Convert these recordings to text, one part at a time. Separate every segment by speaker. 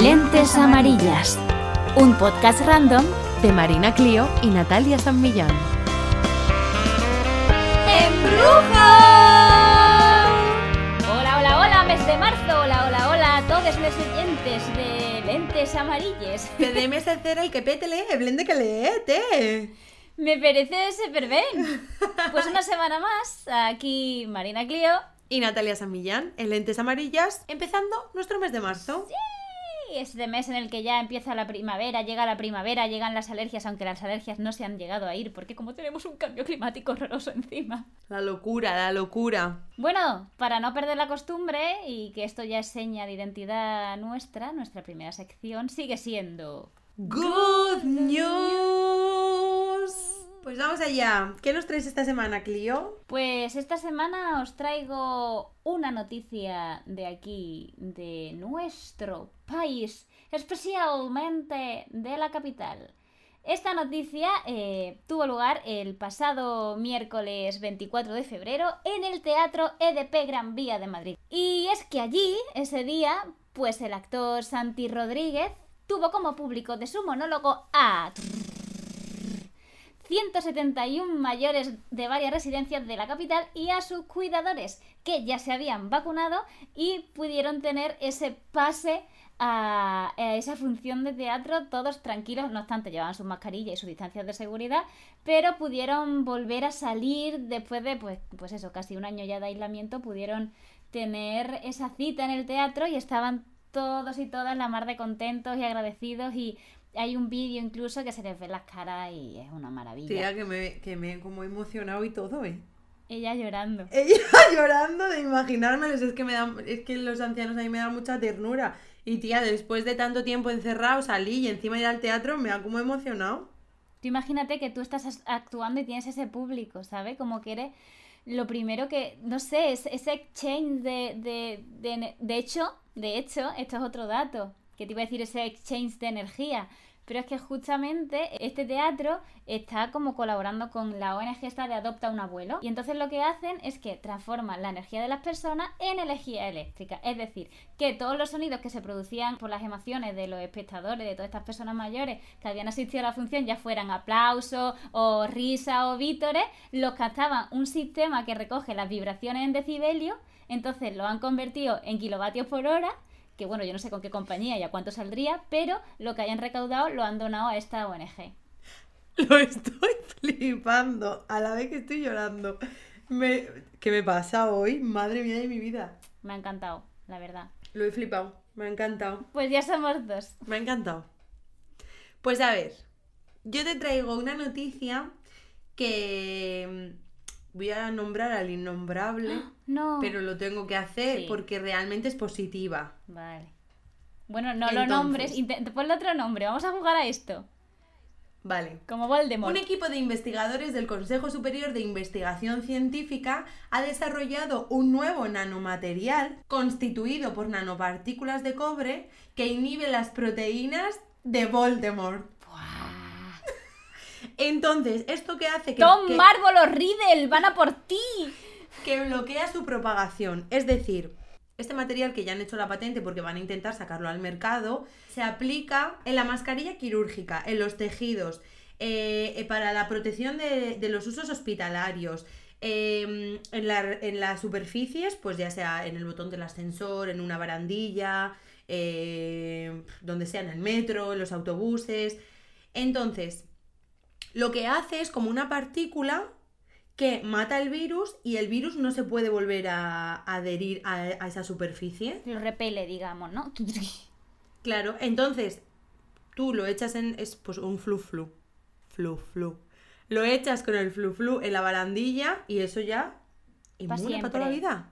Speaker 1: Lentes Amarillas, un podcast random
Speaker 2: de Marina Clio y Natalia San Millán.
Speaker 1: en Brujo. Hola, hola, hola, mes de marzo, hola, hola, hola a todos los oyentes de Lentes Amarillas.
Speaker 3: Te debes hacer el que pétele, el blende que leete.
Speaker 1: Me parece súper bien. Pues una semana más, aquí Marina Clio.
Speaker 3: Y Natalia San Millán, en lentes amarillas, empezando nuestro mes de marzo.
Speaker 1: Y Este mes en el que ya empieza la primavera, llega la primavera, llegan las alergias, aunque las alergias no se han llegado a ir, porque como tenemos un cambio climático horroroso encima.
Speaker 3: La locura, la locura.
Speaker 1: Bueno, para no perder la costumbre y que esto ya es seña de identidad nuestra, nuestra primera sección sigue siendo.
Speaker 3: Good news. Pues vamos allá. ¿Qué nos traes esta semana, Clio?
Speaker 1: Pues esta semana os traigo una noticia de aquí, de nuestro país, especialmente de la capital. Esta noticia eh, tuvo lugar el pasado miércoles 24 de febrero en el Teatro EDP Gran Vía de Madrid. Y es que allí, ese día, pues el actor Santi Rodríguez tuvo como público de su monólogo a 171 mayores de varias residencias de la capital y a sus cuidadores, que ya se habían vacunado y pudieron tener ese pase a, a esa función de teatro todos tranquilos, no obstante llevaban sus mascarillas y sus distancias de seguridad, pero pudieron volver a salir después de, pues, pues eso, casi un año ya de aislamiento, pudieron tener esa cita en el teatro y estaban todos y todas la mar de contentos y agradecidos y hay un vídeo incluso que se les ve las caras y es una maravilla.
Speaker 3: Tía, que me, que me como he emocionado y todo, eh.
Speaker 1: Ella llorando.
Speaker 3: Ella E llorando de imaginármelos, es que me dan, es que los ancianos a mí me dan mucha ternura. Y tía, después de tanto tiempo encerrado, salí y encima ir al teatro me ha como emocionado.
Speaker 1: Tú imagínate que tú estás as- actuando y tienes ese público, ¿sabes? Como que eres lo primero que, no sé, es, ese exchange de, de, de, de hecho, de hecho, esto es otro dato, que te iba a decir ese exchange de energía. Pero es que justamente este teatro está como colaborando con la ONG esta de Adopta un Abuelo. Y entonces lo que hacen es que transforman la energía de las personas en energía eléctrica. Es decir, que todos los sonidos que se producían por las emociones de los espectadores, de todas estas personas mayores que habían asistido a la función, ya fueran aplausos o risas o vítores, los captaban un sistema que recoge las vibraciones en decibelio. Entonces lo han convertido en kilovatios por hora que bueno, yo no sé con qué compañía y a cuánto saldría, pero lo que hayan recaudado lo han donado a esta ONG.
Speaker 3: Lo estoy flipando a la vez que estoy llorando. Me... ¿Qué me pasa hoy? Madre mía de mi vida.
Speaker 1: Me ha encantado, la verdad.
Speaker 3: Lo he flipado. Me ha encantado.
Speaker 1: Pues ya somos dos.
Speaker 3: Me ha encantado. Pues a ver, yo te traigo una noticia que mm, voy a nombrar al innombrable,
Speaker 1: No.
Speaker 3: pero lo tengo que hacer
Speaker 1: Sí.
Speaker 3: porque realmente es positiva.
Speaker 1: Vale. Bueno, no
Speaker 3: Entonces.
Speaker 1: lo nombres. Inten- Ponle otro nombre. Vamos a jugar a esto.
Speaker 3: Vale.
Speaker 1: Como Voldemort.
Speaker 3: Un equipo de investigadores del Consejo Superior de Investigación Científica ha desarrollado un nuevo nanomaterial constituido por nanopartículas de cobre que inhibe las proteínas de Voldemort.
Speaker 1: Buah.
Speaker 3: Entonces, esto que hace que,
Speaker 1: Tom
Speaker 3: que-
Speaker 1: Marvolo Riddle, van a por ti.
Speaker 3: que bloquea su propagación. Es decir, este material que ya han hecho la patente porque van a intentar sacarlo al mercado, se aplica en la mascarilla quirúrgica, en los tejidos, eh, eh, para la protección de, de los usos hospitalarios. eh, en, la- en las superficies, pues ya sea en el botón del ascensor, en una barandilla, eh, donde sea, en el metro, en los autobuses. Entonces, lo que hace es como una partícula que mata el virus y el virus no se puede volver a adherir a, a esa superficie.
Speaker 1: Lo repele, digamos, ¿no?
Speaker 3: Claro, entonces tú lo echas en. Es pues un flu-flu. Flu-flu. Lo echas con el flu-flu en la barandilla y eso ya.
Speaker 1: Pa'
Speaker 3: Inmune para toda la
Speaker 1: siempre.
Speaker 3: vida.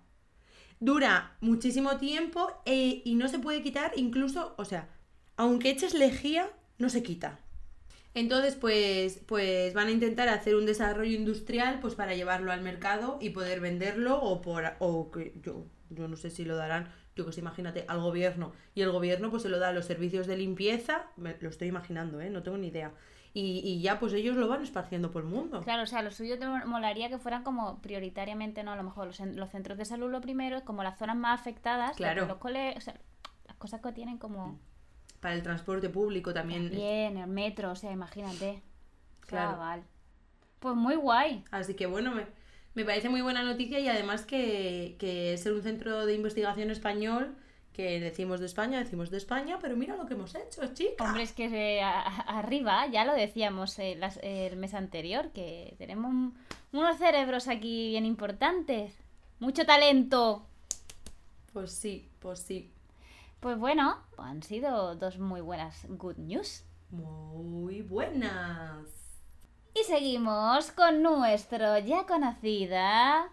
Speaker 3: Dura muchísimo tiempo e- y no se puede quitar, incluso, o sea, aunque eches lejía, no se quita. Entonces, pues, pues van a intentar hacer un desarrollo industrial pues para llevarlo al mercado y poder venderlo o por o que yo, yo no sé si lo darán, yo que sé, imagínate, al gobierno. Y el gobierno pues se lo da a los servicios de limpieza, me lo estoy imaginando, ¿eh? no tengo ni idea. Y, y ya pues ellos lo van esparciendo por el mundo.
Speaker 1: Claro, o sea, lo suyo te molaría que fueran como prioritariamente, ¿no? A lo mejor los, en- los centros de salud lo primero, como las zonas más afectadas,
Speaker 3: Claro.
Speaker 1: después los colegios, o sea, las cosas que tienen como
Speaker 3: Para el transporte público también.
Speaker 1: bien, el metro, o sea, imagínate.
Speaker 3: Claro.
Speaker 1: Chaval. Pues muy guay.
Speaker 3: Así que bueno, me, me parece muy buena noticia y además que, que es un centro de investigación español que decimos de España, decimos de España, pero mira lo que hemos hecho, chicos.
Speaker 1: Hombre, es que eh, a- a- arriba, ya lo decíamos eh, las- el mes anterior, que tenemos un- unos cerebros aquí bien importantes. Mucho talento.
Speaker 3: Pues sí, pues sí.
Speaker 1: Pues bueno, han sido dos muy buenas good news.
Speaker 3: Muy buenas.
Speaker 1: Y seguimos con nuestro ya conocida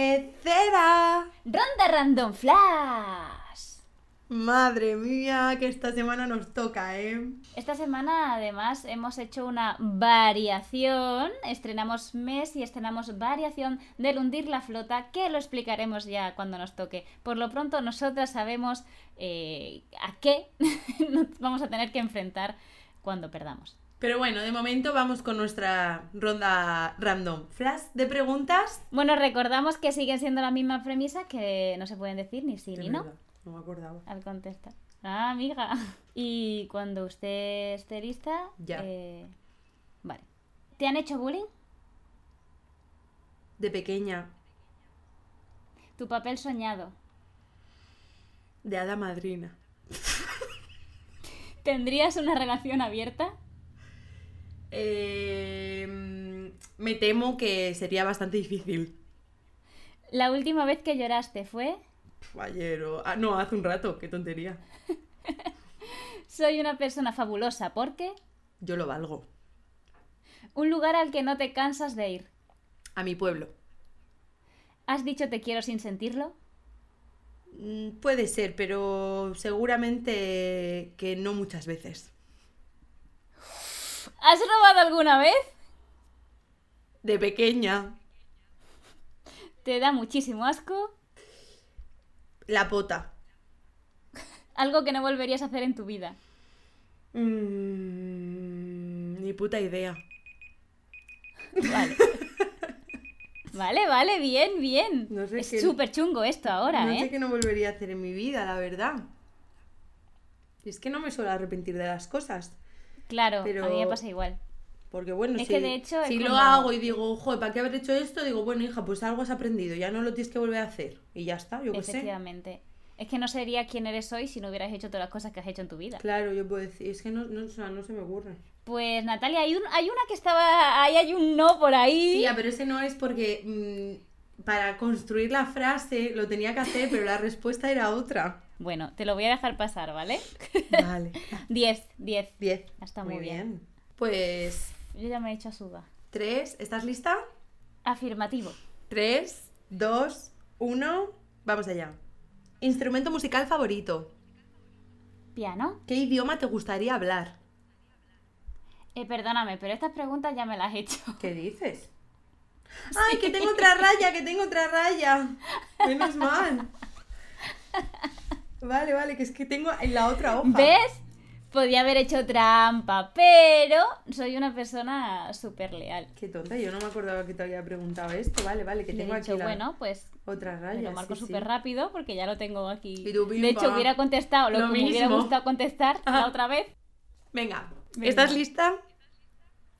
Speaker 3: Cabecera.
Speaker 1: Ronda Random Flash.
Speaker 3: Madre mía, que esta semana nos toca, ¿eh?
Speaker 1: Esta semana además hemos hecho una variación, estrenamos mes y estrenamos variación del hundir la flota, que lo explicaremos ya cuando nos toque. Por lo pronto nosotras sabemos eh, a qué nos vamos a tener que enfrentar cuando perdamos.
Speaker 3: Pero bueno, de momento vamos con nuestra ronda random. Flash de preguntas.
Speaker 1: Bueno, recordamos que siguen siendo las mismas premisas que no se pueden decir ni sí
Speaker 3: De
Speaker 1: ni no.
Speaker 3: verdad, No me acordaba.
Speaker 1: al contestar. Ah, amiga. Y cuando usted esté lista.
Speaker 3: Ya.
Speaker 1: eh, vale. ¿Te han hecho bullying?
Speaker 3: De pequeña,
Speaker 1: Tu papel soñado.
Speaker 3: de hada madrina.
Speaker 1: ¿Tendrías una relación abierta?
Speaker 3: Eh, mm, me temo que sería bastante difícil.
Speaker 1: La última vez que lloraste fue.
Speaker 3: Pf, Ayer o... ah, no, hace un rato, qué tontería.
Speaker 1: Soy una persona fabulosa porque.
Speaker 3: Yo lo valgo.
Speaker 1: Un lugar al que no te cansas de ir.
Speaker 3: A mi pueblo.
Speaker 1: ¿Has dicho te quiero sin sentirlo?
Speaker 3: Mm, Puede ser, pero seguramente que no muchas veces.
Speaker 1: ¿Has robado alguna vez?
Speaker 3: De pequeña,
Speaker 1: ¿Te da muchísimo asco?
Speaker 3: la pota.
Speaker 1: Algo que no volverías a hacer en tu vida.
Speaker 3: Mm, ni puta idea.
Speaker 1: Vale. Vale, vale, bien, bien.
Speaker 3: No sé qué-
Speaker 1: es súper chungo esto ahora,
Speaker 3: no
Speaker 1: ¿eh?
Speaker 3: sé qué no volvería a hacer en mi vida, la verdad. Es que no me suelo arrepentir de las cosas.
Speaker 1: Claro,
Speaker 3: pero-
Speaker 1: a mí me pasa igual.
Speaker 3: Porque bueno,
Speaker 1: Es
Speaker 3: si,
Speaker 1: que de hecho es
Speaker 3: si lo
Speaker 1: como-
Speaker 3: hago y digo, joder, ¿para qué haber hecho esto? Digo, bueno, hija, pues algo has aprendido, ya no lo tienes que volver a hacer. Y ya está, yo qué sé.
Speaker 1: Efectivamente. Es que no sería quien eres hoy si no hubieras hecho todas las cosas que has hecho en tu vida.
Speaker 3: Claro, yo puedo decir, es que no, no, o sea, no se me ocurre.
Speaker 1: Pues Natalia, hay, un- hay una que estaba. Ahí hay un no por ahí.
Speaker 3: Tía, pero ese no es porque mm, para construir la frase lo tenía que hacer, pero la respuesta era otra.
Speaker 1: Bueno, te lo voy a dejar pasar, ¿vale?
Speaker 3: Vale.
Speaker 1: 10, 10.
Speaker 3: Diez.
Speaker 1: Está muy bien.
Speaker 3: Pues,
Speaker 1: Yo ya me he hecho a suba.
Speaker 3: tres, ¿estás lista?
Speaker 1: Afirmativo.
Speaker 3: Tres, dos, uno, vamos allá. Instrumento musical favorito.
Speaker 1: Piano.
Speaker 3: ¿Qué idioma te gustaría hablar?
Speaker 1: Eh, perdóname, pero estas preguntas ya me las he hecho.
Speaker 3: ¿Qué dices? ¡Ay, que tengo otra raya, que tengo otra raya! Menos mal. Vale, vale, que es que tengo en la otra hoja.
Speaker 1: ¿Ves? Podía haber hecho trampa, pero soy una persona súper leal.
Speaker 3: Qué tonta, yo no me acordaba que te había preguntado esto. Vale, vale, que
Speaker 1: Le he
Speaker 3: tengo
Speaker 1: dicho,
Speaker 3: aquí la
Speaker 1: bueno, pues
Speaker 3: otra
Speaker 1: me
Speaker 3: raya.
Speaker 1: lo marco
Speaker 3: sí, sí.
Speaker 1: súper rápido porque ya lo tengo aquí.
Speaker 3: Y tú, pim,
Speaker 1: de hecho,
Speaker 3: pam.
Speaker 1: hubiera contestado lo,
Speaker 3: Lo
Speaker 1: que me hubiera
Speaker 3: mismo.
Speaker 1: gustado contestar la otra vez.
Speaker 3: Venga,
Speaker 1: Venga.
Speaker 3: ¿estás lista?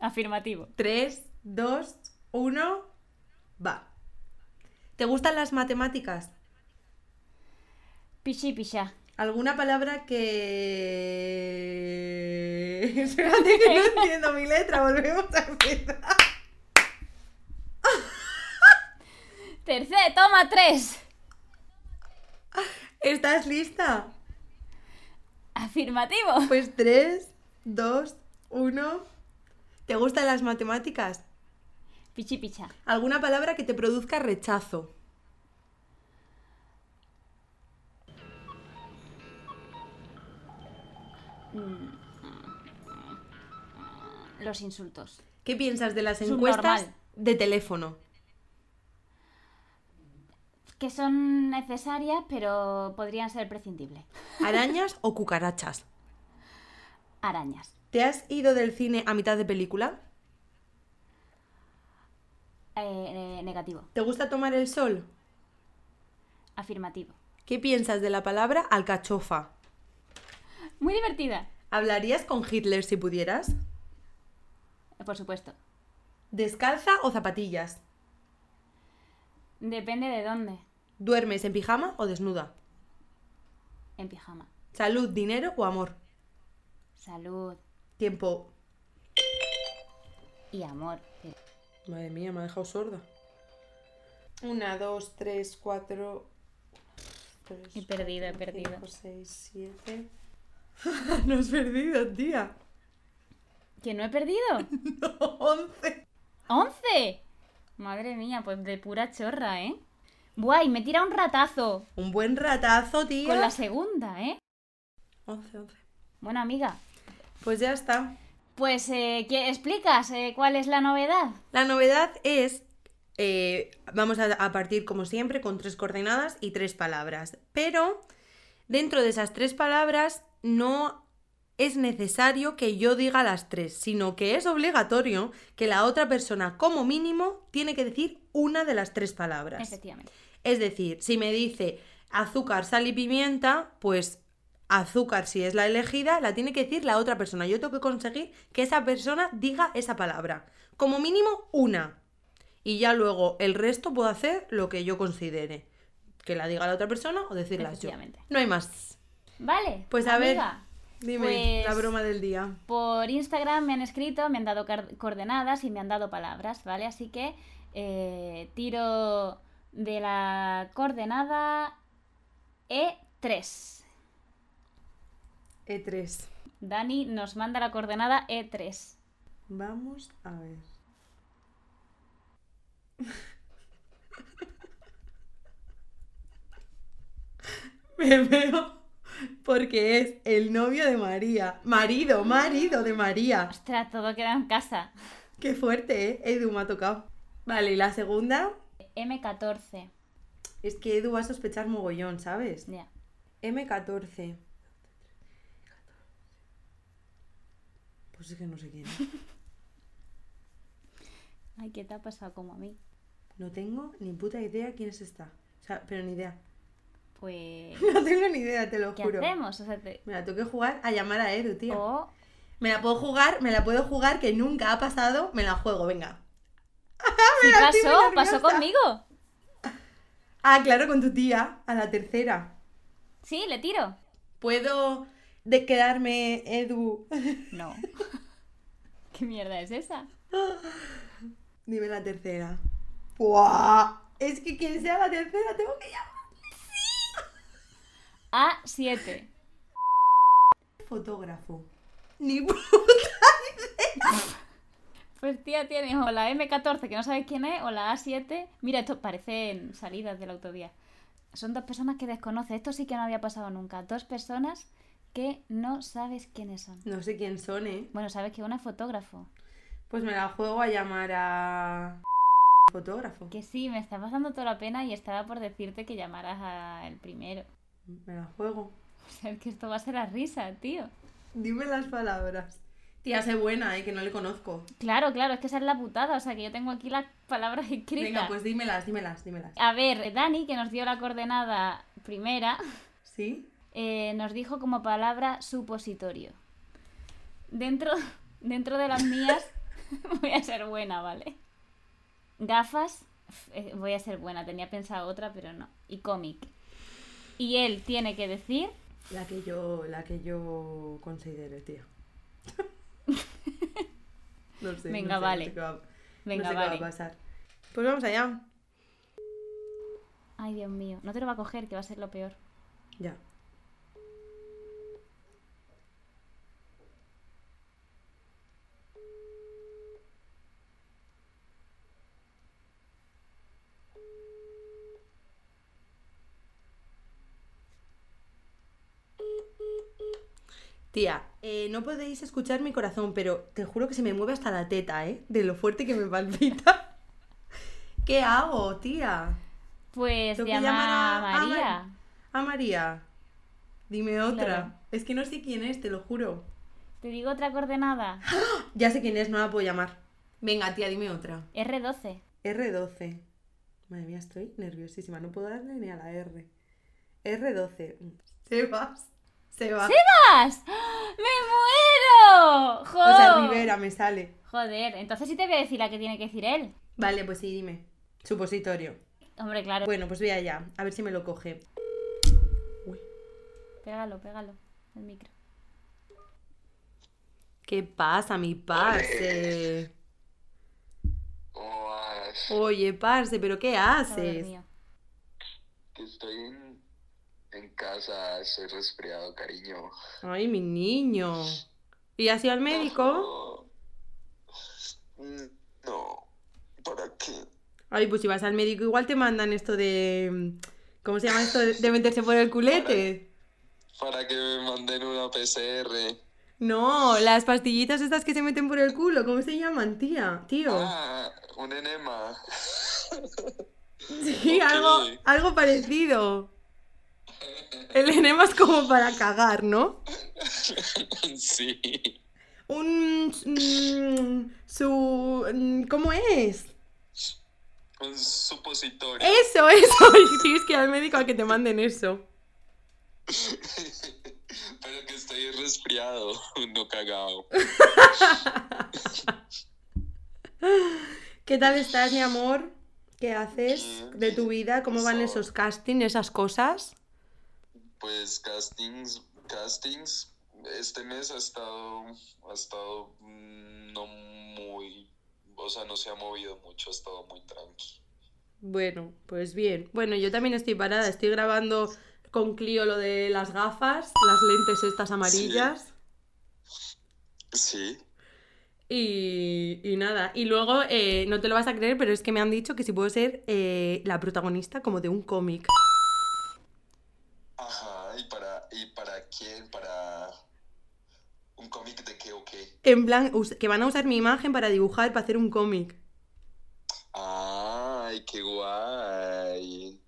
Speaker 1: Afirmativo.
Speaker 3: 3, 2, 1, va. ¿Te gustan las matemáticas?
Speaker 1: Pichi pichá.
Speaker 3: ¿Alguna palabra que... Espérate que no entiendo mi letra, volvemos a empezar.
Speaker 1: Tercer, toma tres.
Speaker 3: ¿Estás lista?
Speaker 1: Afirmativo.
Speaker 3: Pues 3, 2, 1... ¿Te gustan las matemáticas?
Speaker 1: Pichi pichá.
Speaker 3: ¿Alguna palabra que te produzca rechazo?
Speaker 1: Los insultos.
Speaker 3: ¿Qué piensas de las
Speaker 1: Subnormal.
Speaker 3: encuestas de teléfono?
Speaker 1: Que son necesarias, pero podrían ser prescindibles.
Speaker 3: ¿Arañas o cucarachas?
Speaker 1: Arañas.
Speaker 3: ¿Te has ido del cine a mitad de película?
Speaker 1: Eh, eh, negativo.
Speaker 3: ¿Te gusta tomar el sol?
Speaker 1: Afirmativo.
Speaker 3: ¿Qué piensas de la palabra alcachofa?
Speaker 1: Muy divertida.
Speaker 3: ¿Hablarías con Hitler si pudieras?
Speaker 1: Eh, Por supuesto.
Speaker 3: ¿Descalza o zapatillas?
Speaker 1: Depende de dónde.
Speaker 3: ¿Duermes en pijama o desnuda?
Speaker 1: En pijama.
Speaker 3: ¿Salud, dinero o amor?
Speaker 1: Salud
Speaker 3: Tiempo.
Speaker 1: y amor.
Speaker 3: Madre mía, me ha dejado sorda. Una, dos, tres, cuatro. tres,
Speaker 1: He perdido, he perdido.
Speaker 3: cinco, seis, siete. no has perdido, tía.
Speaker 1: ¿Que no he perdido?
Speaker 3: Once.
Speaker 1: ¡Once! Madre mía, pues de pura chorra, ¿eh? Guay, me tira un ratazo
Speaker 3: Un buen ratazo, tía.
Speaker 1: con la segunda, ¿eh?
Speaker 3: Once, once.
Speaker 1: Bueno, amiga,
Speaker 3: Pues ya está.
Speaker 1: pues eh, ¿qué- explicas eh, cuál es la novedad?
Speaker 3: La novedad es, eh, vamos a, a partir como siempre con tres coordenadas y tres palabras, pero dentro de esas tres palabras no es necesario que yo diga las tres, sino que es obligatorio que la otra persona como mínimo tiene que decir una de las tres palabras.
Speaker 1: Efectivamente.
Speaker 3: Es decir, si me dice azúcar, sal y pimienta, pues azúcar, si es la elegida, la tiene que decir la otra persona. Yo tengo que conseguir que esa persona diga esa palabra. Como mínimo una. Y ya luego el resto puedo hacer lo que yo considere. Que la diga la otra persona o decirla yo.
Speaker 1: Efectivamente.
Speaker 3: No hay más.
Speaker 1: Vale.
Speaker 3: Pues a ver,
Speaker 1: amiga,
Speaker 3: Dime,
Speaker 1: Pues-
Speaker 3: la broma del día.
Speaker 1: Por Instagram me han escrito, me han dado car- coordenadas y me han dado palabras, ¿vale? Así que eh, tiro de la coordenada E E3.
Speaker 3: E E3.
Speaker 1: Dani nos manda la coordenada E E3.
Speaker 3: Vamos a ver. Me veo porque es el novio de María. Marido, marido de María.
Speaker 1: Ostras, todo queda en casa.
Speaker 3: Qué fuerte, ¿eh? Edu me ha tocado. Vale, y la segunda
Speaker 1: M14.
Speaker 3: es que Edu va a sospechar mogollón, ¿sabes?
Speaker 1: Ya.
Speaker 3: M14. Pues es que no sé quién. es.
Speaker 1: Ay, ¿qué te ha pasado como a mí?
Speaker 3: No tengo ni puta idea quién es esta. O sea, pero ni idea.
Speaker 1: Pues.
Speaker 3: No tengo ni idea, te lo
Speaker 1: ¿Qué
Speaker 3: juro.
Speaker 1: hacemos? Oh. O sea, te-
Speaker 3: Me la tengo que jugar a llamar a Edu, tío.
Speaker 1: O
Speaker 3: Me la puedo jugar, me la puedo jugar que nunca ha pasado, me la juego, venga.
Speaker 1: si
Speaker 3: Ah, estoy muy
Speaker 1: pasó,
Speaker 3: nerviosa.
Speaker 1: pasó conmigo.
Speaker 3: Ah, claro, con tu tía, a la tercera.
Speaker 1: Sí, le tiro.
Speaker 3: ¿Puedo de quedarme, Edu?
Speaker 1: No. ¿Qué mierda es esa?
Speaker 3: Dime la tercera. ¡Buah! Es que quien sea la tercera tengo que llamar.
Speaker 1: A7.
Speaker 3: Fotógrafo. Ni puta.
Speaker 1: Pues tía, tienes o la M14, que no sabes quién es, o la A7. Mira, esto parecen salidas de la autovía. Son dos personas que desconoces. Esto sí que no había pasado nunca. Dos personas que no sabes quiénes son.
Speaker 3: No sé quién son, ¿eh?
Speaker 1: Bueno, sabes que una es fotógrafo.
Speaker 3: Pues me la juego a llamar a... Fotógrafo.
Speaker 1: Que sí, me está pasando toda la pena y estaba por decirte que llamaras al primero.
Speaker 3: Me la juego.
Speaker 1: O sea, es que esto va a ser la risa, tío.
Speaker 3: Dime las palabras. Tía, sé buena, ¿eh? Que no le conozco.
Speaker 1: Claro, claro, es que esa es la putada. O sea, que yo tengo aquí las palabras escritas.
Speaker 3: Venga, pues dímelas, dímelas, dímelas.
Speaker 1: A ver, Dani, que nos dio la coordenada primera,
Speaker 3: ¿Sí?
Speaker 1: eh, nos dijo como palabra supositorio. Dentro, dentro de las mías voy a ser buena, ¿vale? Gafas, eh, voy a ser buena, tenía pensado otra, pero no. Y cómic. Y él tiene que decir
Speaker 3: La que yo, la que yo considere, tío. No sé,
Speaker 1: Venga,
Speaker 3: no sé,
Speaker 1: vale.
Speaker 3: no sé qué va- no
Speaker 1: Venga,
Speaker 3: sé qué
Speaker 1: vale.
Speaker 3: va a pasar. Pues vamos allá.
Speaker 1: Ay, Dios mío, no te lo va a coger, que va a ser lo peor.
Speaker 3: Ya. Tía, eh, no podéis escuchar mi corazón, pero te juro que se me mueve hasta la teta, ¿eh? De lo fuerte que me palpita. ¿Qué hago, tía?
Speaker 1: Pues
Speaker 3: Tengo que
Speaker 1: llama
Speaker 3: llamar
Speaker 1: a
Speaker 3: a- a
Speaker 1: María.
Speaker 3: Mar- A Ah, María. Dime otra.
Speaker 1: Claro.
Speaker 3: Es que no sé quién es, te lo juro.
Speaker 1: Te digo otra coordenada.
Speaker 3: Ya sé quién es, no la puedo llamar. Venga, tía, dime otra.
Speaker 1: R12.
Speaker 3: R12. Madre mía, estoy nerviosísima. No puedo darle ni a la R. R12. Sebas. Sebas.
Speaker 1: ¡Sebas! ¡Me muero!
Speaker 3: O sea,
Speaker 1: ¡Jo!
Speaker 3: Rivera me sale.
Speaker 1: Joder, entonces sí te voy a decir la que tiene que decir él.
Speaker 3: Vale, pues sí, dime. Supositorio.
Speaker 1: Hombre, claro.
Speaker 3: Bueno, pues voy allá. A ver si me lo coge. Uy.
Speaker 1: Pégalo, pégalo. El micro.
Speaker 3: ¿Qué pasa, mi parce?
Speaker 4: ¿Cómo vas?
Speaker 3: Oye, parce, ¿pero qué
Speaker 1: Joder
Speaker 3: haces?
Speaker 1: mío.
Speaker 4: Que estoy en, en casa, estoy resfriado, cariño.
Speaker 3: Ay, mi niño. ¿Y has ido al médico?
Speaker 4: Mm, No, ¿para qué?
Speaker 3: Ay, pues si vas al médico igual te mandan esto de... ¿Cómo se llama esto? De meterse por el culete.
Speaker 4: Para que me manden una PCR.
Speaker 3: No, las pastillitas estas que se meten por el culo, ¿cómo se llaman, tía? Tío.
Speaker 4: Ah, un enema.
Speaker 3: Sí, algo,
Speaker 4: ok.
Speaker 3: algo parecido. El enema es como para cagar, ¿no?
Speaker 4: sí.
Speaker 3: Un... mm, su... mm, ¿Cómo es?
Speaker 4: Un supositorio.
Speaker 3: Eso, eso. Tienes que ir al médico a que te manden eso.
Speaker 4: Pero que estoy resfriado, no cagado.
Speaker 3: ¿Qué tal estás, mi amor? ¿Qué haces
Speaker 4: Bien,
Speaker 3: de tu vida? ¿Cómo van
Speaker 4: Eso.
Speaker 3: esos castings, esas cosas?
Speaker 4: Pues castings, castings, este mes ha estado, ha estado mm, no muy, o sea, no se ha movido mucho, ha estado muy tranqui.
Speaker 3: Bueno, pues bien. Bueno, yo también estoy parada. Estoy grabando con Clio lo de las gafas, las lentes estas amarillas.
Speaker 4: Sí.
Speaker 3: Y, y nada. Y luego, eh, no te lo vas a creer, pero es que me han dicho que si puedo ser eh, la protagonista como de un cómic.
Speaker 4: Ajá, ¿y para, y para quién? ¿Para un cómic de qué o qué?
Speaker 3: En plan, us- que van a usar mi imagen para dibujar, para hacer un cómic.
Speaker 4: Ay, qué guay.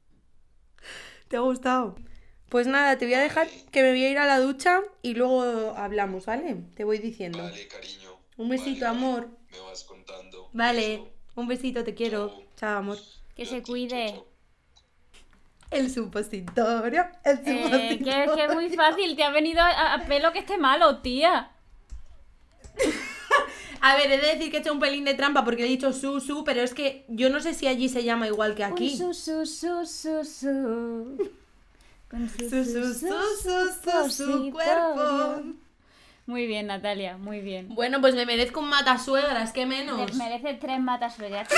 Speaker 3: ¿Te ha gustado? Pues nada, te voy a dejar que me voy a ir a la ducha y luego hablamos, ¿vale? Te voy diciendo.
Speaker 4: Vale, cariño.
Speaker 3: Un besito,
Speaker 4: Vale, vale.
Speaker 3: amor.
Speaker 4: Me vas contando.
Speaker 3: Vale,
Speaker 4: Eso.
Speaker 3: un besito, te quiero.
Speaker 4: Chao.
Speaker 3: Chao, amor.
Speaker 1: Que se
Speaker 4: Chao, chao,
Speaker 1: cuide.
Speaker 4: chao.
Speaker 3: El supositorio, el supositorio.
Speaker 1: Eh, que, que es muy fácil, te ha venido a, a pelo que esté malo, tía.
Speaker 3: A ver, he de decir que he hecho un pelín de trampa porque he dicho su, su, pero es que yo no sé si allí se llama igual que aquí.
Speaker 1: Un su, su, su, su, su. Con su,
Speaker 3: Su, su, su, su, su, su cuerpo.
Speaker 1: Muy bien, Natalia, muy bien.
Speaker 3: Bueno, pues me merezco un matasuegras, qué menos.
Speaker 1: Te mereces tres matas suegras.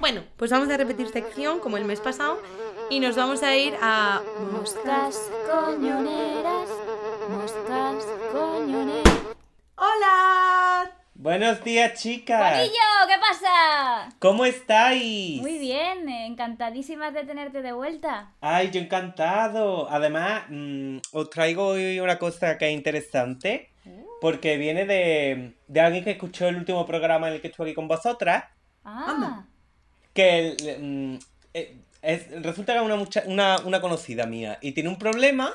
Speaker 3: Bueno, pues vamos a repetir sección como el mes pasado y nos vamos a ir a moscas.
Speaker 1: Moscas coñoneras, moscas coñoneras.
Speaker 3: ¡Hola!
Speaker 5: Buenos días, chicas.
Speaker 1: ¡Juanillo! ¿Qué pasa?
Speaker 5: ¿Cómo estáis?
Speaker 1: Muy bien, eh, encantadísimas de tenerte de vuelta.
Speaker 5: Ay, yo encantado. Además, mm, os traigo hoy una cosa que es interesante,
Speaker 1: Uh.
Speaker 5: porque viene de, de alguien que escuchó el último programa en el que estuve aquí con vosotras,
Speaker 1: Ah,
Speaker 3: Anda.
Speaker 5: que el- mm, eh, es- resulta que es una, mucha- una, una conocida mía y tiene un problema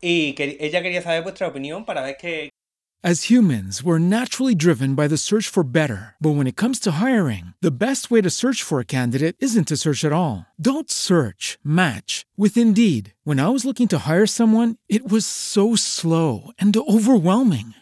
Speaker 5: y que ella quería saber vuestra opinión para ver qué,
Speaker 6: As humans, we're naturally driven by the search for better. But when it comes to hiring, the best way to search for a candidate isn't to search at all. Don't search, match with Indeed. When I was looking to hire someone, it was so slow and overwhelming.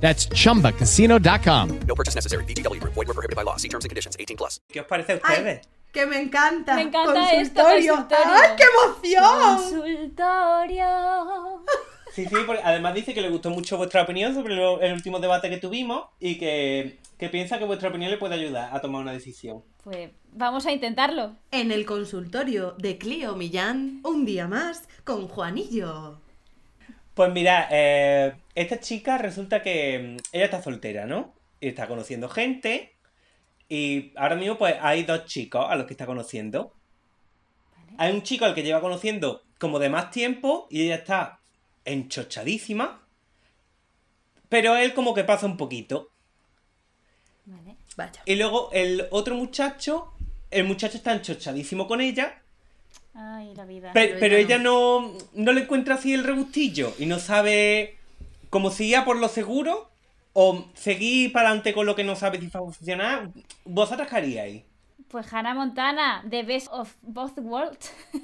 Speaker 7: That's chumbacasino.com.
Speaker 8: No purchase necessary. VGW Group. Void were prohibited by law. See terms and conditions. 18 plus.
Speaker 5: ¿Qué os parece a
Speaker 3: ¡Ay!
Speaker 5: ustedes?
Speaker 3: ¡Que me encanta!
Speaker 1: Me encanta esto, consultorio.
Speaker 3: ¡Ay, qué emoción!
Speaker 1: Consultorio.
Speaker 5: Sí, sí, porque además dice que le gustó mucho vuestra opinión sobre lo- el último debate que tuvimos y que, que piensa que vuestra opinión le puede ayudar a tomar una decisión.
Speaker 1: Pues vamos a intentarlo.
Speaker 3: En el consultorio de Clio Millán, un día más con Juanillo.
Speaker 5: Pues mira, eh, esta chica resulta que mm, ella está soltera, ¿no? Y está conociendo gente. Y ahora mismo, pues, hay dos chicos a los que está conociendo. Hay un chico al que lleva conociendo como de más tiempo y ella está enchochadísima. Pero él como que pasa un poquito.
Speaker 1: Vale.
Speaker 3: Vaya.
Speaker 5: Y luego el otro muchacho, el muchacho está enchochadísimo con ella,
Speaker 1: Ay, la vida.
Speaker 5: Ah, pero, pero
Speaker 3: ella
Speaker 5: ella no, no le encuentra así el rebustillo y no sabe como si iba por lo seguro o seguir para adelante con lo que no sabe si va a funcionar. ¿Vosotras qué haríais?
Speaker 1: Pues Hannah Montana, The Best of Both Worlds.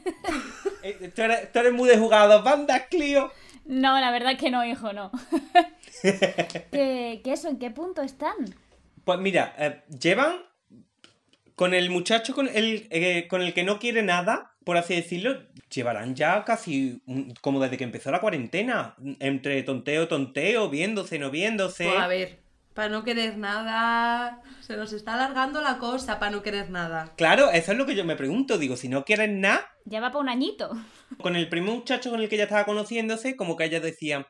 Speaker 5: Eh, Tú eres, tú eres muy de jugar a dos bandas, Clio.
Speaker 1: No, la verdad que no, hijo, no. ¿Qué, qué eso? ¿En qué punto están?
Speaker 5: Pues mira, eh, llevan con el muchacho con el, eh, con el que no quiere nada, por así decirlo, llevarán ya casi un- como desde que empezó la cuarentena, entre tonteo, tonteo, viéndose, no viéndose.
Speaker 3: Pues a ver, para no querer nada. Se nos está alargando la cosa para no querer nada.
Speaker 5: Claro, eso es lo que yo me pregunto, digo, si no quieren nada,
Speaker 1: Ya va para un añito.
Speaker 5: con el primer muchacho con el que ella estaba conociéndose, como que ella decía,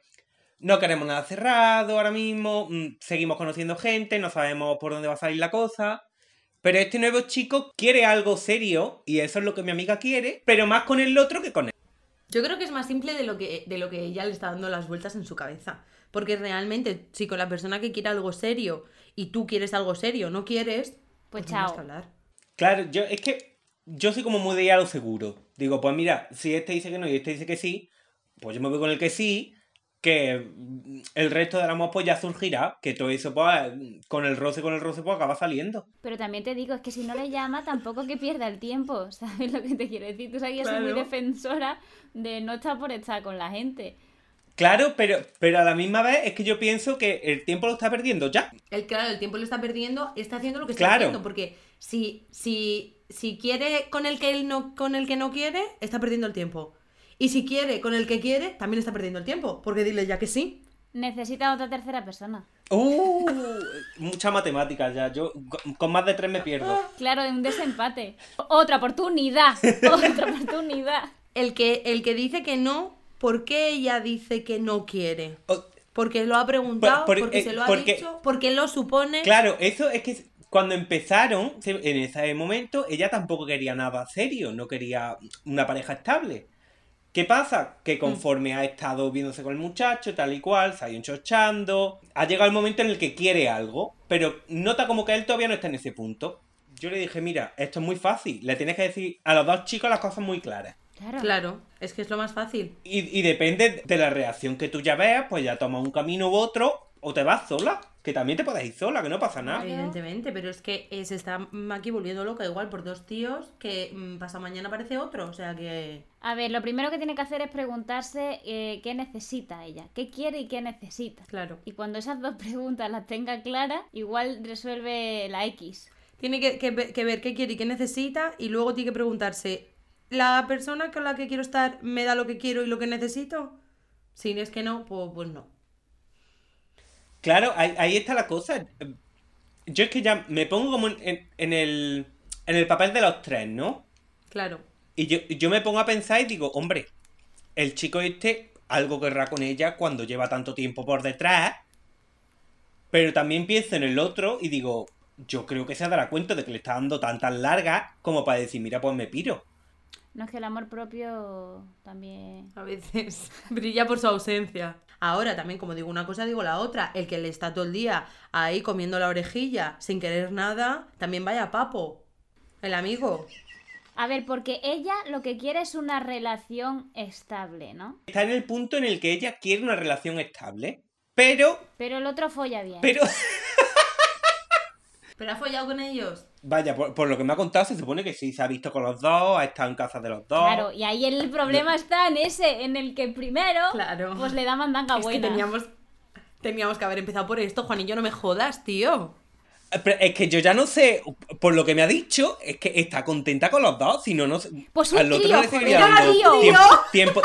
Speaker 5: no queremos nada cerrado ahora mismo, mm, seguimos conociendo gente, no sabemos por dónde va a salir la cosa. Pero este nuevo chico quiere algo serio, y eso es lo que mi amiga quiere, pero más con el otro que con él.
Speaker 3: Yo creo que es más simple de lo que, de lo que ella le está dando las vueltas en su cabeza. Porque realmente, si con la persona que quiere algo serio y tú quieres algo serio, no quieres,
Speaker 1: Pues
Speaker 3: no tienes
Speaker 1: chao.
Speaker 3: que hablar.
Speaker 5: Claro, yo es que yo soy como muy de ir a lo seguro. Digo, pues mira, si este dice que no y este dice que sí, pues yo me voy con el que sí, que mm, el resto de la pues ya surgirá, que todo eso pues con el roce, con el roce pues acaba saliendo.
Speaker 1: Pero también te digo, es que si no le llama, tampoco que pierda el tiempo. ¿Sabes lo que te quiero decir? Tú sabes que yo soy muy
Speaker 3: Claro.
Speaker 1: defensora de no estar por estar con la gente.
Speaker 5: Claro, pero, pero a la misma vez es que yo pienso que el tiempo lo está perdiendo ya.
Speaker 3: El, claro, el tiempo lo está perdiendo, está haciendo lo que está
Speaker 5: Claro.
Speaker 3: haciendo, porque si, si, si quiere con el que él no, con el que no quiere, está perdiendo el tiempo. Y si quiere con el que quiere, también está perdiendo el tiempo, porque dile ya que sí.
Speaker 1: Necesita otra tercera persona.
Speaker 5: Uh, mucha matemática ya. Yo con- con más de tres me pierdo.
Speaker 1: Claro, de un desempate. Otra oportunidad. Otra oportunidad.
Speaker 3: El que, el que dice que no, ¿por qué ella dice que no quiere?
Speaker 5: O-
Speaker 3: Porque lo ha preguntado,
Speaker 5: Por- por-
Speaker 3: porque
Speaker 5: eh,
Speaker 3: se lo ha
Speaker 5: porque-
Speaker 3: dicho, porque lo supone.
Speaker 5: Claro, eso es que cuando empezaron, se- en ese momento, ella tampoco quería nada serio, no quería una pareja estable. ¿Qué pasa? Que conforme ha estado viéndose con el muchacho, tal y cual, se ha ido enchochando, ha llegado el momento en el que quiere algo, pero nota como que él todavía no está en ese punto. Yo le dije, mira, esto es muy fácil, le tienes que decir a los dos chicos las cosas muy claras.
Speaker 1: Claro.
Speaker 3: Claro, es que es lo más fácil.
Speaker 5: Y, y depende de la reacción que tú ya veas, pues ya tomas un camino u otro, o te vas sola, Que también te puedes ir sola, que no pasa nada.
Speaker 3: Evidentemente, pero es que eh, se está mm, aquí volviendo loca igual por dos tíos que mm, pasado mañana aparece otro. O sea que.
Speaker 1: A ver, lo primero que tiene que hacer es preguntarse eh, qué necesita ella, qué quiere y qué necesita.
Speaker 3: Claro.
Speaker 1: Y cuando esas dos preguntas las tenga claras, igual resuelve la X.
Speaker 3: Tiene que, que ve- que ver qué quiere y qué necesita y luego tiene que preguntarse, ¿la persona con la que quiero estar me da lo que quiero y lo que necesito? Si es que no, pues, pues no.
Speaker 5: Claro, ahí, ahí está la cosa. Yo es que ya me pongo como en, en- en el, en el papel de los tres, ¿no?
Speaker 3: Claro.
Speaker 5: Y yo, yo me pongo a pensar y digo, hombre, el chico este algo querrá con ella cuando lleva tanto tiempo por detrás. Pero también pienso en el otro y digo, yo creo que se dará cuenta de que le está dando tantas largas como para decir, mira, pues me piro.
Speaker 1: No es que el amor propio también...
Speaker 3: A veces brilla por su ausencia. Ahora también, como digo una cosa, digo la otra. El que le está todo el día ahí comiendo la orejilla sin querer nada, también vaya papo. El amigo.
Speaker 1: A ver, porque ella lo que quiere es una relación estable, ¿no?
Speaker 5: Está en el punto en el que ella quiere una relación estable, pero,
Speaker 1: Pero el otro folla bien.
Speaker 5: pero,
Speaker 3: ¿Pero ha follado con ellos?
Speaker 5: vaya, por, por lo que me ha contado, se supone que sí, se ha visto con los dos, ha estado en casa de los dos.
Speaker 1: Claro, y ahí el problema está en ese, en el que primero
Speaker 3: Claro.
Speaker 1: pues le da mandanga
Speaker 3: es que
Speaker 1: buena.
Speaker 3: teníamos, teníamos que haber empezado por esto, Juanillo, no me jodas, tío.
Speaker 5: Eh, pero es que yo ya no sé, por lo que me ha dicho, es que está contenta con los dos, si no, no sé-
Speaker 1: Pues un
Speaker 5: al otro
Speaker 1: trío,
Speaker 5: le seguirá
Speaker 1: joder,
Speaker 5: dando
Speaker 1: un
Speaker 5: tiempo-
Speaker 3: trío.
Speaker 5: tiempo-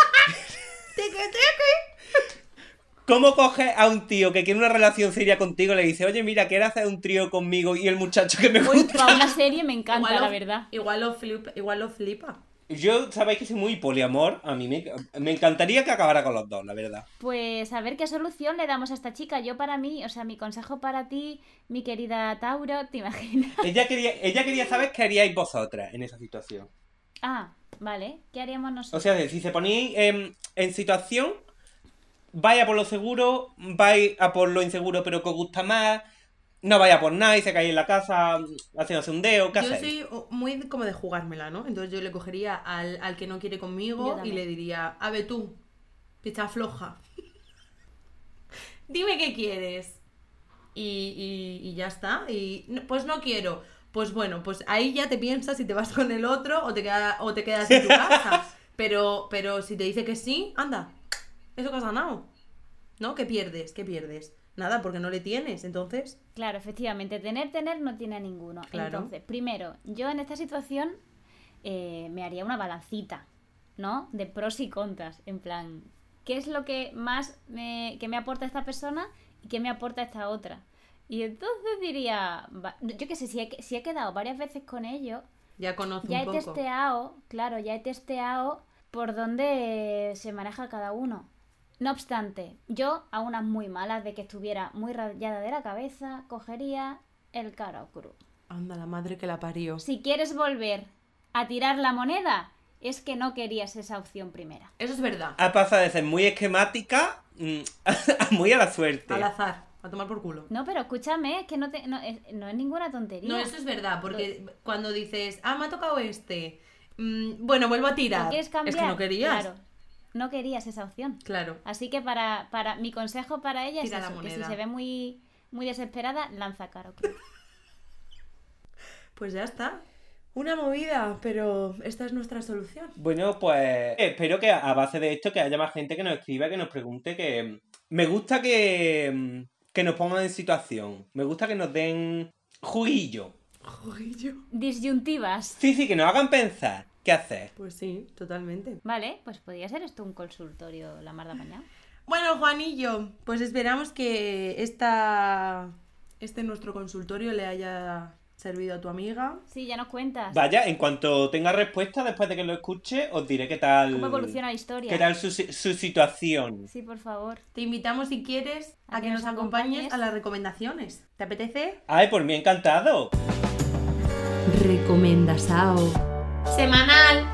Speaker 5: ¿Cómo coges a un tío que quiere una relación seria contigo y le dice, oye, mira, ¿quieres hacer un trío conmigo y el muchacho que me gusta?
Speaker 1: Para una serie me encanta, la
Speaker 3: lo-
Speaker 1: verdad.
Speaker 3: Igual lo, flipa, igual lo flipa.
Speaker 5: Yo, sabéis que soy muy poliamor, a mí me, me encantaría que acabara con los dos, la verdad.
Speaker 1: Pues a ver qué solución le damos a esta chica. Yo para mí, o sea, mi consejo para ti, mi querida Tauro, ¿te imaginas?
Speaker 5: Ella quería, ella quería saber qué haríais vosotras en esa situación.
Speaker 1: Ah, vale. ¿Qué haríamos
Speaker 5: O
Speaker 1: nosotros?
Speaker 5: sea, si se ponéis em, en situación, vaya por lo seguro, vais a por lo inseguro pero que os gusta más, no vaya por nada y se cae en la casa mm, haciéndose un dedo, ¿qué
Speaker 3: Yo
Speaker 5: hacéis?
Speaker 3: soy o- muy como de jugármela, ¿no? Entonces yo le cogería al, al que no quiere
Speaker 1: Yo
Speaker 3: conmigo y
Speaker 1: también.
Speaker 3: le diría, a ver tú, que estás floja. Dime qué quieres. Y, y- y ya está. Y no- pues no quiero. Pues bueno, pues ahí ya te piensas si te vas con el otro o te, queda- o te quedas en tu casa. Pero, pero si te dice que sí, anda. Eso que has ganado. ¿No? ¿Qué pierdes? ¿Qué pierdes? Nada, porque no le tienes. Entonces,
Speaker 1: Claro, efectivamente, tener, tener no tiene a ninguno.
Speaker 3: Claro.
Speaker 1: Entonces, primero, yo en esta situación eh, me haría una balancita, ¿no? De pros y contras, en plan, ¿qué es lo que más me, que me aporta esta persona y qué me aporta esta otra? Y entonces diría, va- yo qué sé, si he, si he quedado varias veces con ellos,
Speaker 3: ya conozco
Speaker 1: ya
Speaker 3: un
Speaker 1: he
Speaker 3: poco.
Speaker 1: testeado, claro, ya he testeado por dónde eh, se maneja cada uno. No obstante, yo a unas muy malas de que estuviera muy rayada de la cabeza, cogería el caro cruz.
Speaker 3: Anda, la madre que la parió.
Speaker 1: Si quieres volver a tirar la moneda, es que no querías esa opción primera.
Speaker 3: Eso es verdad.
Speaker 5: Ha pasado de ser muy esquemática mm, a muy a la suerte.
Speaker 3: Al azar, a tomar por culo.
Speaker 1: No, pero escúchame, es que no, te- no, es, no es ninguna tontería.
Speaker 3: No, eso es verdad, porque cuando dices, ah, me ha tocado este, mm, bueno, vuelvo a
Speaker 1: ¿Lo
Speaker 3: tirar.
Speaker 1: quieres cambiar?
Speaker 3: Es que no querías.
Speaker 1: Claro, no querías esa opción.
Speaker 3: Claro.
Speaker 1: Así que para, para mi consejo para ella
Speaker 3: Tira
Speaker 1: es
Speaker 3: la
Speaker 1: eso, que si
Speaker 3: moneda.
Speaker 1: se ve muy, muy desesperada, lanza caro cruz.
Speaker 3: Pues ya está. Una movida, pero esta es nuestra solución.
Speaker 5: Bueno, pues espero que a base de esto que haya más gente que nos escriba, que nos pregunte, que mm, me gusta que, mm, que nos pongan en situación, me gusta que nos den juguillo.
Speaker 3: Uy, yo.
Speaker 1: Disyuntivas.
Speaker 5: Sí, sí, que nos hagan pensar qué hacer.
Speaker 3: Pues sí, totalmente.
Speaker 1: Vale, pues podría ser esto un consultorio la mar de mañana.
Speaker 3: Bueno, Juanillo, pues esperamos que esta, este nuestro consultorio le haya servido a tu amiga.
Speaker 1: Sí, ya nos cuentas.
Speaker 5: Vaya, en cuanto tenga respuesta, después de que lo escuche, os diré qué tal.
Speaker 1: ¿Cómo evoluciona la historia?
Speaker 5: ¿Qué tal su, su situación?
Speaker 1: Sí, por favor.
Speaker 3: Te invitamos, si quieres, a, que nos acompañes a las recomendaciones. ¿Te apetece?
Speaker 5: Ay, por mí encantado.
Speaker 2: Recomendasao.
Speaker 3: semanal.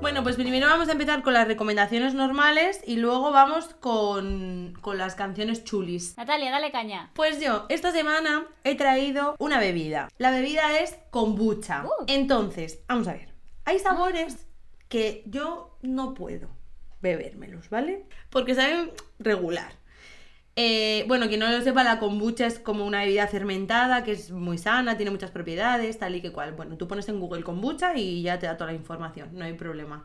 Speaker 3: Bueno, pues primero vamos a empezar con las recomendaciones normales y luego vamos con, con las canciones chulis.
Speaker 1: Natalia, dale caña.
Speaker 3: Pues yo, esta semana he traído una bebida. La bebida es kombucha.
Speaker 1: Uh.
Speaker 3: Entonces, vamos a ver. Hay sabores que yo no puedo bebérmelos, ¿vale? Porque saben regular. Eh, bueno, quien no lo sepa, la kombucha es como una bebida fermentada que es muy sana, tiene muchas propiedades, tal y que cual. Bueno, tú pones en Google kombucha y ya te da toda la información, no hay problema.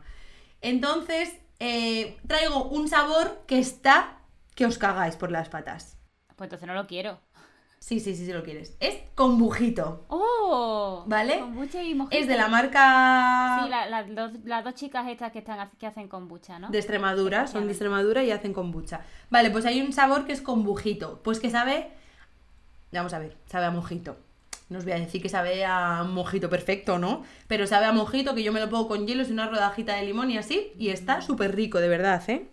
Speaker 3: Entonces, eh, traigo un sabor que está que os cagáis por las patas.
Speaker 1: Pues entonces no lo quiero.
Speaker 3: Sí, sí, sí, si lo quieres. Es kombujito,
Speaker 1: ¡Oh!
Speaker 3: ¿vale?
Speaker 1: Kombucha y mojito.
Speaker 3: Es de la marca
Speaker 1: Sí, la- las dos, las dos chicas estas que, están, que hacen kombucha, ¿no?
Speaker 3: de este- Extremadura, son de Extremadura y hacen kombucha. Vale, pues hay un sabor que es kombujito, pues que sabe, vamos a ver, sabe a mojito. No os voy a decir que sabe a mojito perfecto, ¿no? Pero sabe a mojito que yo me lo pongo con hielos y una rodajita de limón y así, y
Speaker 1: Mm.
Speaker 3: está súper rico, de verdad, ¿eh?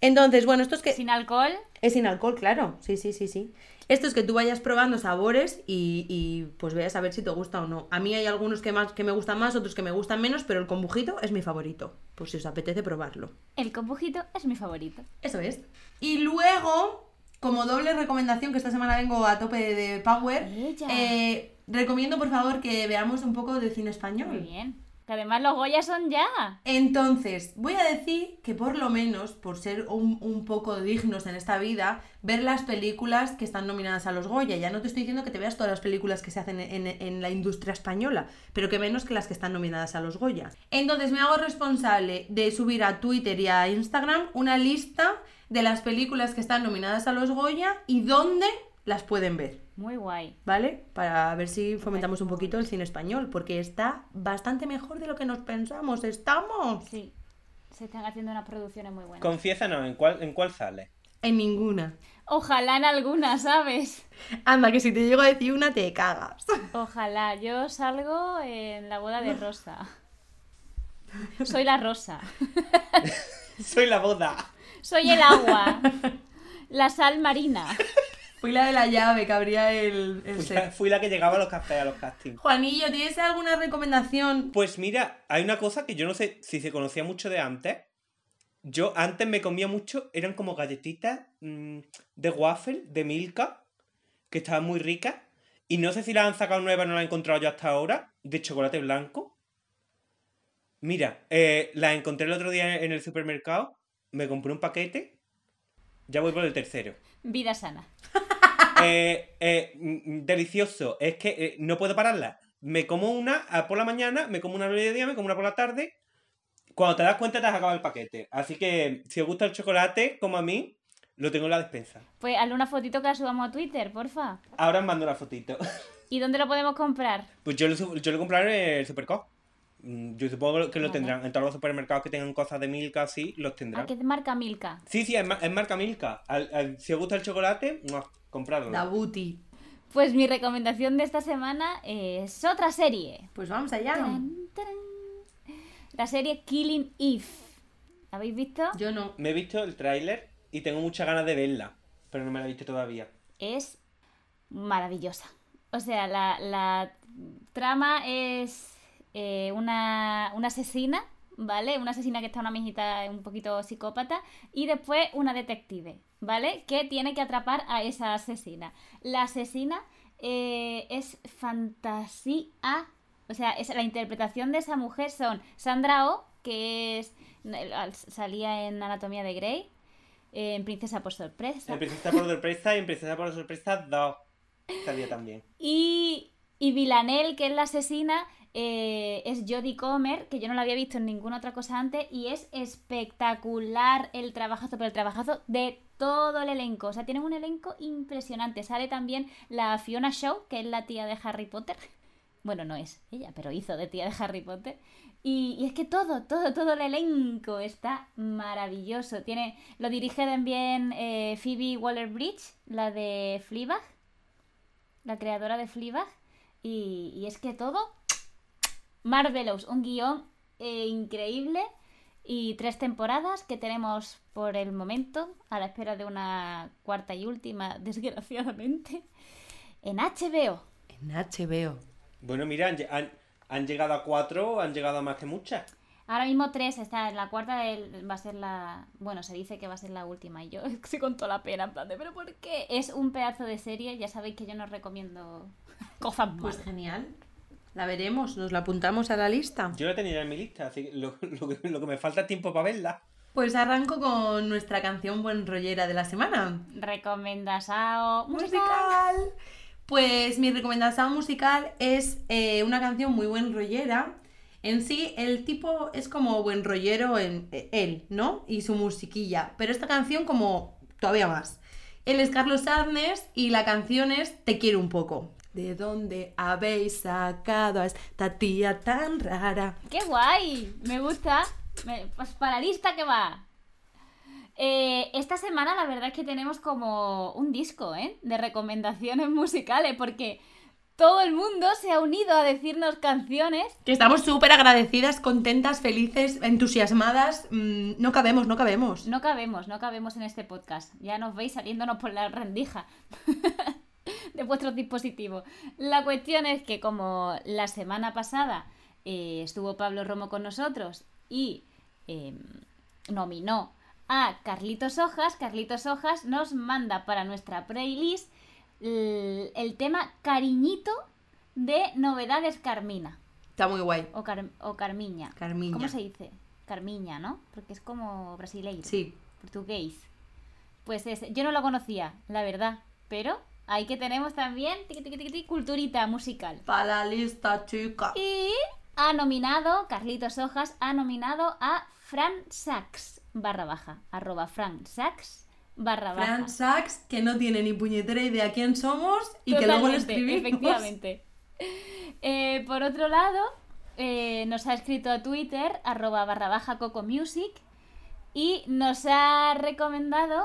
Speaker 3: Entonces, bueno, esto es que...
Speaker 1: Sin alcohol.
Speaker 3: Es sin alcohol, claro. Sí, sí, sí, sí. Esto es que tú vayas probando sabores y, y, pues veas a ver si te gusta o no. A mí hay algunos que, más, que me gustan más, otros que me gustan menos, pero el combujito es mi favorito. Pues si os apetece probarlo.
Speaker 1: El kombujito es mi favorito.
Speaker 3: Eso es. Y luego, como doble recomendación, que esta semana vengo a tope de, de Power,
Speaker 1: Ella.
Speaker 3: eh, recomiendo por favor que veamos un poco de cine español.
Speaker 1: Muy bien. Que además los Goya son ya.
Speaker 3: Entonces, voy a decir que por lo menos, por ser un, un poco dignos en esta vida, ver las películas que están nominadas a los Goya. Ya no te estoy diciendo que te veas todas las películas que se hacen en, en la industria española, pero que menos que las que están nominadas a los Goya. Entonces, me hago responsable de subir a Twitter y a Instagram una lista de las películas que están nominadas a los Goya y dónde las pueden ver.
Speaker 1: Muy guay.
Speaker 3: ¿Vale? Para ver si fomentamos un poquito el cine español, porque está bastante mejor de lo que nos pensamos. ¡Estamos!
Speaker 1: Sí. Se están haciendo unas producciones muy buenas.
Speaker 5: Confiésanos, ¿en cuál, en cuál sale?
Speaker 3: En ninguna.
Speaker 1: Ojalá en alguna, ¿sabes?
Speaker 3: Anda, que si te llego a decir una, te cagas.
Speaker 1: Ojalá. Yo salgo en la boda de Rosa. Soy la Rosa.
Speaker 5: Soy la boda.
Speaker 1: Soy el agua. La sal marina.
Speaker 3: Fui la de la llave que abría el, el
Speaker 5: Fui la,
Speaker 3: set.
Speaker 5: fui la que llegaba a los cafés, a los castings.
Speaker 3: Juanillo, ¿tienes alguna recomendación?
Speaker 5: Pues mira, hay una cosa que yo no sé si se conocía mucho de antes. Yo antes me comía mucho, eran como galletitas mm, de waffle, de Milka, que estaban muy ricas. Y no sé si las han sacado nuevas, no las he encontrado yo hasta ahora, de chocolate blanco. Mira, eh, las encontré el otro día en el supermercado, me compré un paquete, ya voy por el tercero.
Speaker 1: Vida sana.
Speaker 5: Eh, eh, mm, mm, delicioso. Es que eh, no puedo pararla. Me como una ah, por la mañana, me como una al mediodía, me como una por la tarde. Cuando te das cuenta te has acabado el paquete. Así que si os gusta el chocolate, como a mí, lo tengo en la despensa.
Speaker 1: Pues hazle una fotito que la subamos a Twitter, porfa.
Speaker 5: Ahora os mando la fotito.
Speaker 1: ¿Y dónde lo podemos comprar?
Speaker 5: Pues yo lo, su- yo lo compraré en el Supercop. Mm, Yo supongo que lo tendrán. En todos los supermercados que tengan cosas de Milka, así, los
Speaker 1: ¿A
Speaker 5: tendrán.
Speaker 1: qué marca Milka?
Speaker 5: Sí, sí, es, ma- es marca Milka. Al- al- si os gusta el chocolate, ¡mua! compradlo.
Speaker 3: La Buti.
Speaker 1: Pues mi recomendación de esta semana es otra serie.
Speaker 3: Pues vamos allá.
Speaker 1: Tarán, tarán. La serie Killing Eve. ¿La habéis visto?
Speaker 3: Yo no.
Speaker 5: Me he visto el tráiler y tengo muchas ganas de verla, pero no me la he visto todavía.
Speaker 1: Es maravillosa. O sea, la, la trama es eh, una, una asesina, ¿vale? Una asesina que está una mijita un poquito psicópata y después una detective, ¿vale? Que tiene que atrapar a esa asesina. La asesina eh, es fantasía. O sea, es, la interpretación de esa mujer son Sandra O, que es eh, salía en Anatomía de Grey, eh, en Princesa por sorpresa.
Speaker 5: En Princesa por sorpresa y en Princesa por sorpresa 2. Sabía también.
Speaker 1: Y, y Villanelle, que es la asesina, eh, es Jodie Comer, que yo no la había visto en ninguna otra cosa antes, y es espectacular el trabajazo, pero el trabajazo de todo el elenco. O sea, tienen un elenco impresionante. Sale también la Fiona Shaw, que es la tía de Harry Potter. Bueno, no es ella, pero hizo de tía de Harry Potter. Y, y es que todo, todo, todo el elenco está maravilloso. Tiene, lo dirige también eh, Phoebe Waller-Bridge, la de Fleabag la creadora de Fleabag y, y es que todo Marvelous, un guión eh, increíble y tres temporadas que tenemos por el momento a la espera de una cuarta y última, desgraciadamente, en HBO.
Speaker 3: En HBO.
Speaker 5: Bueno, mira, han, lle- han- han llegado a 4, han llegado a más que muchas.
Speaker 1: Ahora mismo tres, está en la cuarta, el- va a ser la... Bueno, se dice que va a ser la última y yo estoy con toda la pena, en plan de, pero ¿por qué? Es un pedazo de serie, ya sabéis que yo no recomiendo cosas
Speaker 3: Pues
Speaker 1: malas.
Speaker 3: genial. La veremos, nos la apuntamos a la lista.
Speaker 5: Yo la tenía ya en mi lista, así que lo, lo que lo que me falta es tiempo para verla.
Speaker 3: Pues arranco con nuestra canción buen rollera de la semana.
Speaker 1: Recomendasao.
Speaker 3: musical. Pues mi recomendación musical es eh, una canción muy buen rollera. En sí, el tipo es como buen rollero en eh, él, ¿no? Y su musiquilla. Pero esta canción como todavía más. Él es Carlos Arnes y la canción es Te quiero un poco. ¿De dónde habéis sacado a esta tía tan rara?
Speaker 1: ¡Qué guay! Me gusta. Me- pues para la lista que va. Eh, esta semana la verdad es que tenemos como un disco, ¿eh? De recomendaciones musicales, porque todo el mundo se ha unido a decirnos canciones.
Speaker 3: Que estamos súper agradecidas, contentas, felices, entusiasmadas. Mm, no cabemos, no cabemos.
Speaker 1: No cabemos, no cabemos en este podcast. Ya nos veis saliéndonos por la rendija de vuestros dispositivos. La cuestión es que como la semana pasada eh, estuvo Pablo Romo con nosotros y eh, nominó a Carlitos Hojas, Carlitos Hojas nos manda para nuestra playlist el, el tema Cariñito de Novedades Carmina.
Speaker 3: Está muy guay.
Speaker 1: O, Car- o Carmiña.
Speaker 3: Carmiña.
Speaker 1: ¿Cómo se dice? Carmiña, ¿no? Porque es como brasileiro
Speaker 3: Sí.
Speaker 1: portugués. Pues ese, yo no lo conocía, la verdad, pero ahí que tenemos también tiqui, tiqui, tiqui, tiqui, culturita musical.
Speaker 3: Para la lista, chica.
Speaker 1: Y ha nominado, Carlitos Hojas ha nominado a Fran Sachs, barra baja, arroba Fran Sachs, barra baja.
Speaker 3: Fran Sachs, que no tiene ni puñetera idea quién somos y que luego lo
Speaker 1: Totalmente,
Speaker 3: escribimos.
Speaker 1: Efectivamente. Eh, por otro lado, eh, nos ha escrito a Twitter, arroba barra baja Coco Music, y nos ha recomendado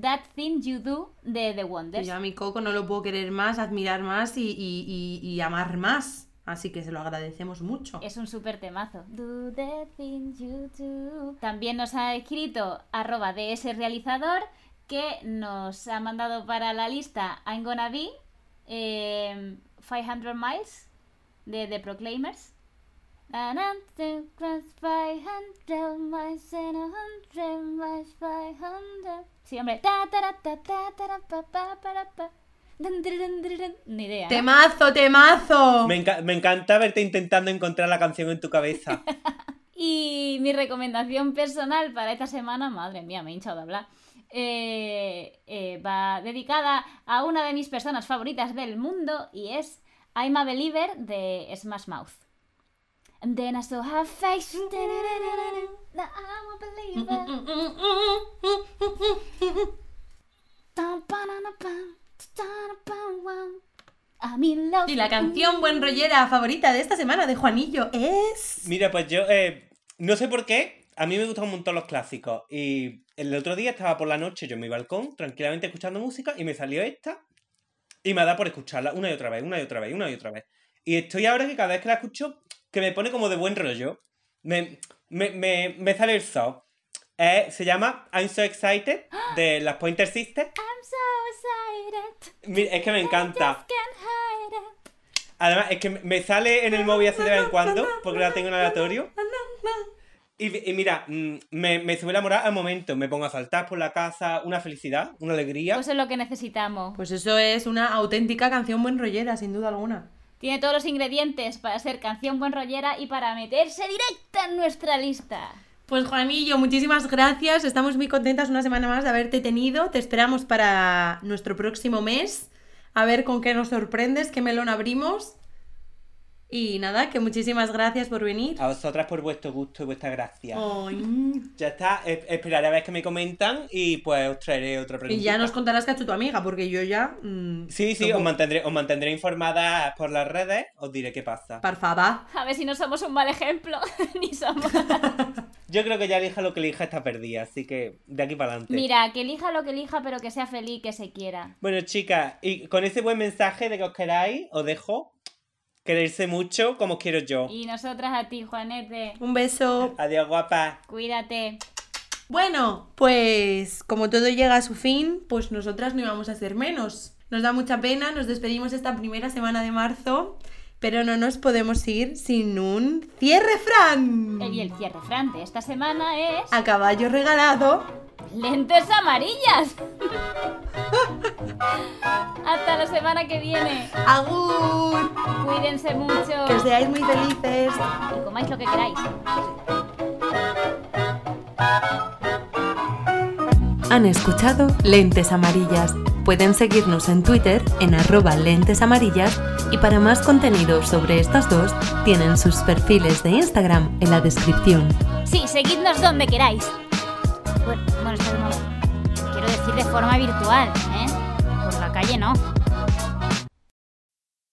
Speaker 1: That Thing You Do de The
Speaker 3: Y
Speaker 1: Wonders.
Speaker 3: yo a mi Coco no lo puedo querer más, admirar más y, y- y- y amar más. Así que se lo agradecemos mucho.
Speaker 1: Es un súper temazo. Do the thing you do. También nos ha escrito arroba ese realizador que nos ha mandado para la lista I'm Gonna Be eh, 500 Miles de The Proclaimers. And I'm to cross 500 miles and 100 miles 500. Sí, hombre. Ta, ta, ra, ta, ta, ta, ra, pa, pa, pa, ra, pa. Dun, dun, dun, dun, dun. Ni idea. ¿no?
Speaker 3: ¡Temazo, temazo!
Speaker 5: Me, enca- me encanta verte intentando encontrar la canción en tu cabeza.
Speaker 1: Y mi recomendación personal para esta semana, madre mía, me he hinchado de hablar, eh, eh, va dedicada a una de mis personas favoritas del mundo y es I'm a Believer de Smash Mouth. And then I saw her face.
Speaker 3: Mm.
Speaker 1: Now I'm a believer.
Speaker 3: mm,
Speaker 1: Tan, pan, ana, pan, tan, pan, guau. I'm in love.
Speaker 3: Y la canción buen rollera favorita de esta semana de Juanillo es.
Speaker 5: Mira, pues yo eh, no sé por qué, a mí me gustan un montón los clásicos. Y el otro día estaba por la noche yo en mi balcón, tranquilamente escuchando música, y me salió esta. Y me ha dado por escucharla una y otra vez, una y otra vez, una y otra vez. Y estoy ahora que cada vez que la escucho, que me pone como de buen rollo. Me, me, me, me sale el sol. Eh, se llama I'm So Excited de las Pointer Sisters.
Speaker 1: I'm so excited.
Speaker 5: Mira, es que me encanta.
Speaker 1: Can't hide it.
Speaker 5: Además, es que me sale en el móvil así de vez en cuando, porque la tengo en aleatorio. Y, y mira, mm, me, me sube la moral al momento. Me pongo a saltar por la casa, una felicidad, una alegría.
Speaker 1: Pues es lo que necesitamos.
Speaker 3: Pues eso es una auténtica canción buen rollera, sin duda alguna.
Speaker 1: Tiene todos los ingredientes para ser canción buen rollera y para meterse directa en nuestra lista.
Speaker 3: Pues Juanillo, muchísimas gracias. Estamos muy contentas una semana más de haberte tenido. Te esperamos para nuestro próximo mes. A ver con qué nos sorprendes, qué melón abrimos. Y nada, que muchísimas gracias por venir.
Speaker 5: A vosotras por vuestro gusto y vuestra gracia.
Speaker 3: Oh. Ay.
Speaker 5: Ya está, es- esperaré a ver que me comentan y pues os traeré otra pregunta.
Speaker 3: Y ya nos contarás que has hecho tu amiga, porque yo ya. mm,
Speaker 5: Sí, sí, os mantendré, os mantendré informada por las redes, os diré qué pasa.
Speaker 3: Por favor.
Speaker 1: A ver si no somos un mal ejemplo, ni somos...
Speaker 5: Yo creo que ya elija lo que elija está perdida, así que de aquí para adelante.
Speaker 1: Mira, que elija lo que elija, pero que sea feliz, que se quiera.
Speaker 5: Bueno, chicas, y con ese buen mensaje de que os queráis, os dejo quererse mucho como os quiero yo.
Speaker 1: Y nosotras a ti, Juanete.
Speaker 3: Un beso.
Speaker 5: Adiós, guapa.
Speaker 1: Cuídate.
Speaker 3: Bueno, pues como todo llega a su fin, pues nosotras no íbamos a ser menos. Nos da mucha pena, nos despedimos esta primera semana de marzo, pero no nos podemos ir sin un cierre, Fran.
Speaker 1: El y el cierre Fran, de esta semana es...
Speaker 3: A caballo regalado.
Speaker 1: ¡Lentes amarillas! Hasta la semana que viene.
Speaker 3: Agur.
Speaker 1: Cuídense mucho.
Speaker 3: Que seáis muy felices.
Speaker 1: Y comáis lo que queráis.
Speaker 9: Han escuchado Lentes Amarillas. Pueden seguirnos en Twitter en arroba lentes amarillas y para más contenido sobre estas dos tienen sus perfiles de Instagram en la descripción.
Speaker 1: Sí, seguidnos donde queráis. Bueno, bueno, esto de modo- quiero decir de forma virtual, ¿eh? Por la calle no.